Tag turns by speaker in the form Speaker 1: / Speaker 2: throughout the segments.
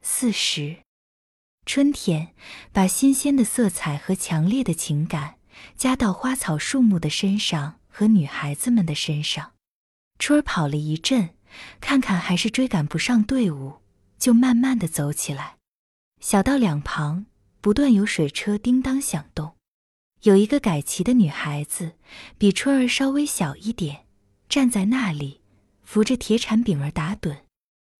Speaker 1: 四十，春天把新鲜的色彩和强烈的情感加到花草树木的身上和女孩子们的身上。春儿跑了一阵，看看还是追赶不上队伍，就慢慢的走起来。小道两旁不断有水车叮当响动。有一个改骑的女孩子，比春儿稍微小一点，站在那里，扶着铁铲柄儿打盹。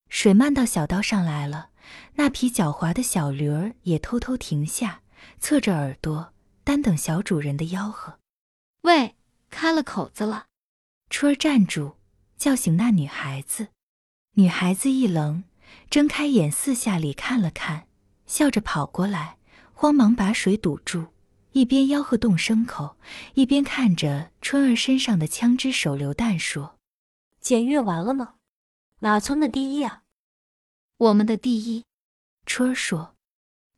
Speaker 1: 水漫到小道上来了，那匹狡猾的小驴儿也偷偷停下，侧着耳朵，单等小主人的吆喝。
Speaker 2: 喂，开了口子了！
Speaker 1: 春儿站住，叫醒那女孩子。女孩子一愣，睁开眼，四下里看了看，笑着跑过来，慌忙把水堵住。一边吆喝动牲口，一边看着春儿身上的枪支手榴弹，说：“
Speaker 3: 检阅完了吗？哪村的第一啊？
Speaker 2: 我们的第一。”
Speaker 1: 春儿说：“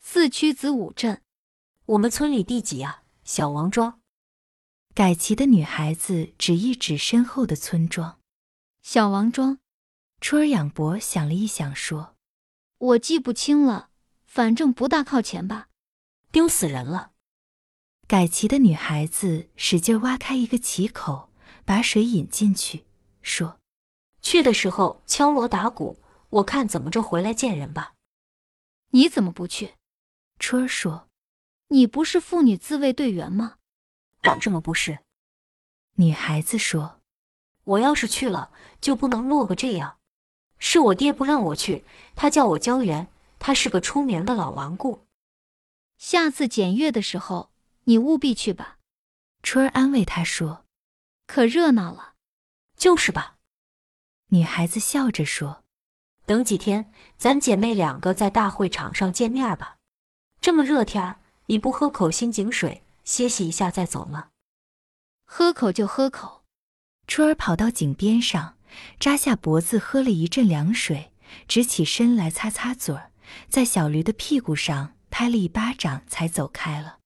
Speaker 2: 四区子午镇，
Speaker 3: 我们村里第几啊？小王庄。”
Speaker 1: 改旗的女孩子指一指身后的村庄，
Speaker 2: 小王庄。
Speaker 1: 春儿仰脖想了一想，说：“
Speaker 2: 我记不清了，反正不大靠前吧。”
Speaker 3: 丢死人了。
Speaker 1: 改旗的女孩子使劲挖开一个旗口，把水引进去，说：“
Speaker 3: 去的时候敲锣打鼓，我看怎么着回来见人吧。”
Speaker 2: 你怎么不去？
Speaker 1: 春儿说：“
Speaker 2: 你不是妇女自卫队员吗？”
Speaker 3: 保证了哦不是。
Speaker 1: 女孩子说：“
Speaker 3: 我要是去了，就不能落个这样。是我爹不让我去，他叫我教员，他是个出名的老顽固。
Speaker 2: 下次检阅的时候。”你务必去吧，
Speaker 1: 春儿安慰他说：“
Speaker 2: 可热闹了。”“
Speaker 3: 就是吧。”
Speaker 1: 女孩子笑着说：“
Speaker 3: 等几天，咱姐妹两个在大会场上见面吧。这么热天儿，你不喝口新井水歇息一下再走吗？”“
Speaker 2: 喝口就喝口。”
Speaker 1: 春儿跑到井边上，扎下脖子喝了一阵凉水，直起身来擦擦嘴儿，在小驴的屁股上拍了一巴掌，才走开了。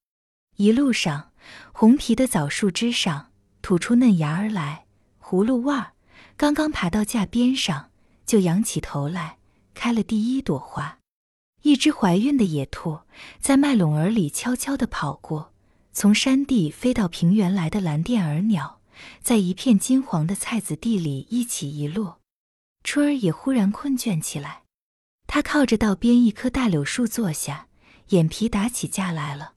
Speaker 1: 一路上，红皮的枣树枝上吐出嫩芽儿来，葫芦娃儿刚刚爬到架边上，就仰起头来，开了第一朵花。一只怀孕的野兔在麦垄儿里悄悄地跑过，从山地飞到平原来的蓝靛儿鸟，在一片金黄的菜籽地里一起一落。春儿也忽然困倦起来，她靠着道边一棵大柳树坐下，眼皮打起架来了。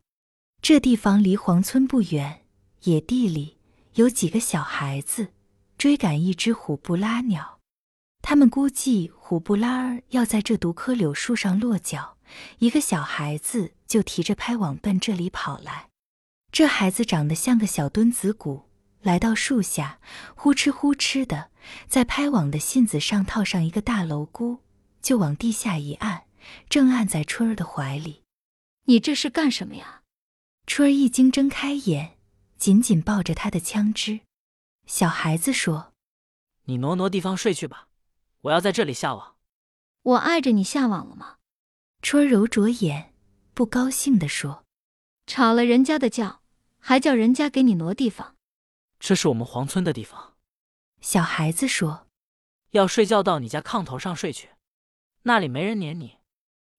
Speaker 1: 这地方离黄村不远，野地里有几个小孩子追赶一只虎布拉鸟，他们估计虎布拉儿要在这独棵柳树上落脚，一个小孩子就提着拍网奔这里跑来。这孩子长得像个小墩子骨，来到树下，呼哧呼哧的在拍网的信子上套上一个大蝼蛄，就往地下一按，正按在春儿的怀里。
Speaker 2: 你这是干什么呀？
Speaker 1: 春儿一惊，睁开眼，紧紧抱着他的枪支。小孩子说：“
Speaker 4: 你挪挪地方睡去吧，我要在这里下网。”
Speaker 2: 我碍着你下网了吗？
Speaker 1: 春儿揉着眼，不高兴地说：“
Speaker 2: 吵了人家的觉，还叫人家给你挪地方。
Speaker 4: 这是我们黄村的地方。”
Speaker 1: 小孩子说：“
Speaker 4: 要睡觉到你家炕头上睡去，那里没人撵你。”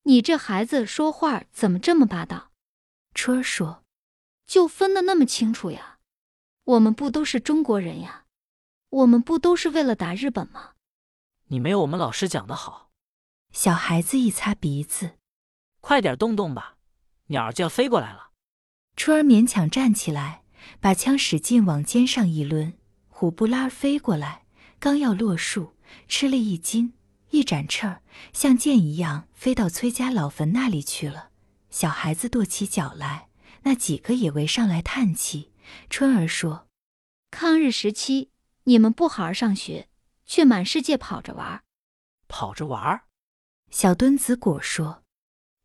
Speaker 2: 你这孩子说话怎么这么霸道？
Speaker 1: 春儿说：“
Speaker 2: 就分得那么清楚呀？我们不都是中国人呀？我们不都是为了打日本吗？”
Speaker 4: 你没有我们老师讲的好。
Speaker 1: 小孩子一擦鼻子：“
Speaker 4: 快点动动吧，鸟儿就要飞过来了。”
Speaker 1: 春儿勉强站起来，把枪使劲往肩上一抡，虎布拉飞过来，刚要落树，吃了一惊，一展翅儿，像箭一样飞到崔家老坟那里去了。小孩子跺起脚来，那几个也围上来叹气。春儿说：“
Speaker 2: 抗日时期，你们不好好上学，却满世界跑着玩。”
Speaker 4: 跑着玩？
Speaker 1: 小墩子果说：“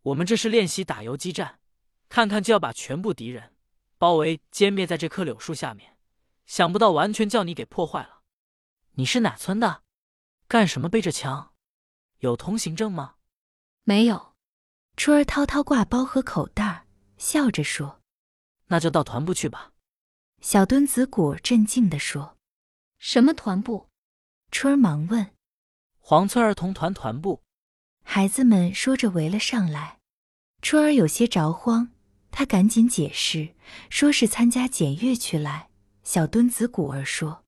Speaker 4: 我们这是练习打游击战，看看就要把全部敌人包围歼灭在这棵柳树下面。想不到完全叫你给破坏了。你是哪村的？干什么背着枪？有通行证吗？
Speaker 2: 没有。”
Speaker 1: 春儿掏掏挂包和口袋，笑着说：“
Speaker 4: 那就到团部去吧。”
Speaker 1: 小墩子果镇静地说：“
Speaker 2: 什么团部？”
Speaker 1: 春儿忙问：“
Speaker 4: 黄村儿童团团部。”
Speaker 1: 孩子们说着围了上来。春儿有些着慌，她赶紧解释，说是参加检阅去来。小墩子鼓儿说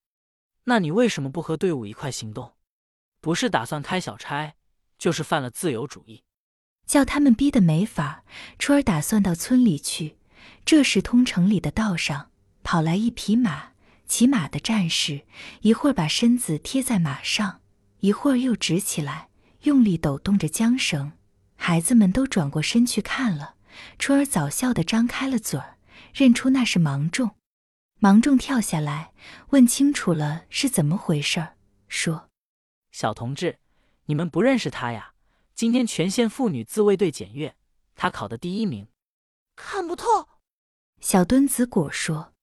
Speaker 4: 那你为什么不和队伍一块行动？不是打算开小差，就是犯了自由主义。：“
Speaker 1: 叫他们逼得没法儿。”春儿打算到村里去。这时，通城里的道上跑来一匹马，骑马的战士一会儿把身子贴在马上，一会儿又直起来，用力抖动着缰绳。孩子们都转过身去看了，春儿早笑得张开了嘴儿，认出那是芒种。芒种跳下来，问清楚了是怎么回事儿，说。
Speaker 4: 小同志，你们不认识他呀？今天全县妇女自卫队检阅，他考的第一名。
Speaker 3: 看不透。
Speaker 1: 小墩子果说，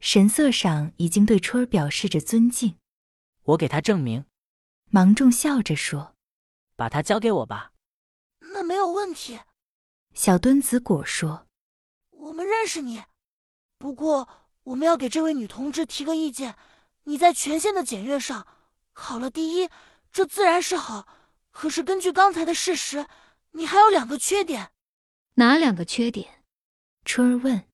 Speaker 1: 神色上已经对春儿表示着尊敬。
Speaker 4: 我给他证明，
Speaker 1: 芒种笑着说
Speaker 4: 把他交给我吧。
Speaker 3: 那没有问题，：“
Speaker 1: 小墩子果说，
Speaker 3: 我们认识你。不过，我们要给这位女同志提个意见。你在全县的检阅上考了第一，这自然是好。可是根据刚才的事实，你还有两个缺点：
Speaker 2: 哪两个缺点？
Speaker 1: 春儿问。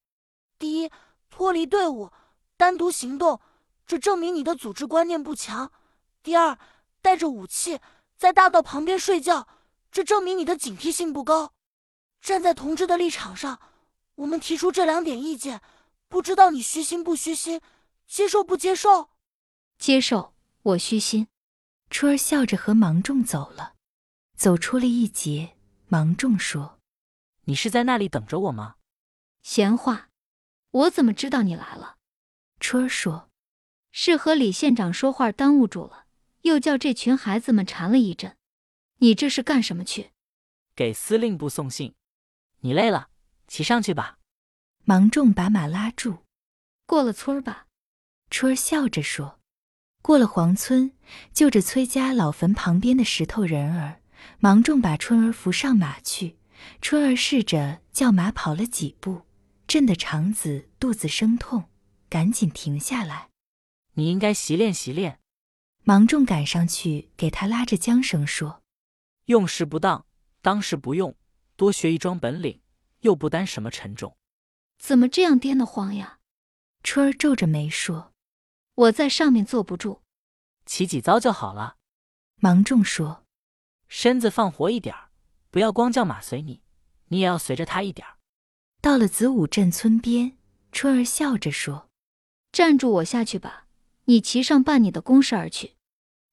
Speaker 3: 第一，脱离队伍，单独行动，这证明你的组织观念不强；第二，带着武器在大道旁边睡觉，这证明你的警惕性不高。站在同志的立场上，我们提出这两点意见，不知道你虚心不虚心，接受不接受？
Speaker 2: 接受，我虚心。
Speaker 1: 春儿笑着和芒种走了，走出了一截。芒种说
Speaker 4: 你是在那里等着我吗？
Speaker 2: 闲话，我怎么知道你来了？：“
Speaker 1: 春儿说，
Speaker 2: 是和李县长说话耽误住了，又叫这群孩子们缠了一阵。你这是干什么去？
Speaker 4: 给司令部送信。你累了，骑上去吧。
Speaker 1: 芒种把马拉住。
Speaker 2: 过了村儿吧。
Speaker 1: 春儿笑着说：“过了黄村，就着崔家老坟旁边的石头人儿，芒种把春儿扶上马去。春儿试着叫马跑了几步，震得肠子肚子生痛，赶紧停下来。
Speaker 4: 你应该习练习练，
Speaker 1: 芒种赶上去给他拉着缰绳说
Speaker 4: 用时不当，当时不用，多学一桩本领，又不担什么沉重。
Speaker 2: 怎么这样颠得慌呀？：‘
Speaker 1: 春儿皱着眉说。
Speaker 2: 我在上面坐不住。
Speaker 4: 骑几遭就好了，’
Speaker 1: 芒种说
Speaker 4: 身子放活一点儿，不要光叫马随你，你也要随着他一点儿。：‘
Speaker 1: 到了子午镇村边。’春儿笑着说。
Speaker 2: 站住，我下去吧。你骑上办你的公事儿去。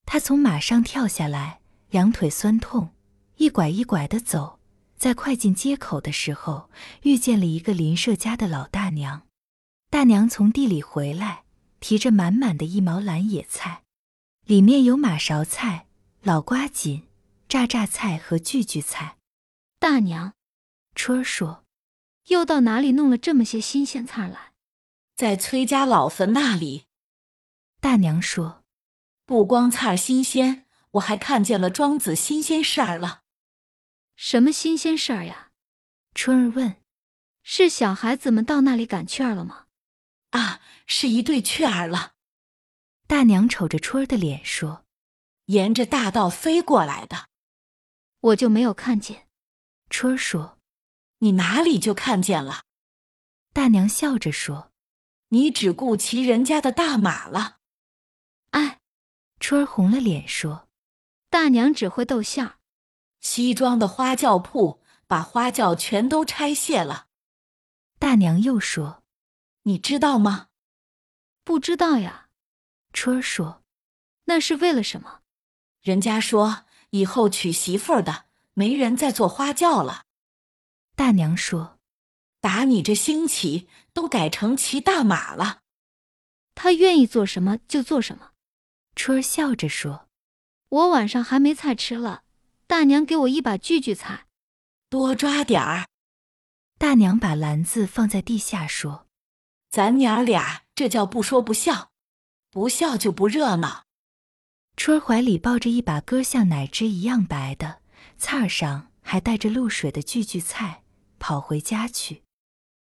Speaker 1: 他从马上跳下来，两腿酸痛，一拐一拐的走。在快进街口的时候，遇见了一个邻舍家的老大娘。大娘从地里回来，提着满满的一毛篮野菜，里面有马勺菜、老瓜锦、榨榨菜和聚聚菜。
Speaker 2: 大娘，
Speaker 1: 春儿说
Speaker 2: 又到哪里弄了这么些新鲜菜儿来？
Speaker 5: 在崔家老坟那里，：“
Speaker 1: 大娘说，
Speaker 5: 不光菜儿新鲜，我还看见了庄子新鲜事儿了。
Speaker 2: 什么新鲜事儿呀？
Speaker 1: 春儿问，
Speaker 2: 是小孩子们到那里赶雀儿了吗？
Speaker 5: 啊，是一对雀儿了，
Speaker 1: 大娘瞅着春儿的脸说，
Speaker 5: 沿着大道飞过来的。
Speaker 2: 我就没有看见。
Speaker 1: 春儿说，
Speaker 5: 你哪里就看见了？
Speaker 1: 大娘笑着说，
Speaker 5: 你只顾骑人家的大马了。
Speaker 2: 哎，
Speaker 1: 春儿红了脸说。”
Speaker 2: 大娘只会逗笑儿。
Speaker 5: 西庄的花轿铺把花轿全都拆卸了，
Speaker 1: 大娘又说
Speaker 5: 你知道吗？
Speaker 2: 不知道呀，：“
Speaker 1: 春儿说，
Speaker 2: 那是为了什么？
Speaker 5: 人家说以后娶媳妇儿的没人再做花轿了，
Speaker 1: 大娘说，
Speaker 5: 打你这兴起都改成骑大马了。
Speaker 2: 他愿意做什么就做什么。
Speaker 1: 春儿笑着说，
Speaker 2: 我晚上还没菜吃了，大娘给我一把聚聚菜。
Speaker 5: 多抓点儿，
Speaker 1: 大娘把篮子放在地下说，
Speaker 5: 咱娘儿俩这叫不说不笑，不笑就不热闹。
Speaker 1: 春儿怀里抱着一把根儿像奶汁一样白的，菜儿上还带着露水的聚聚菜，跑回家去。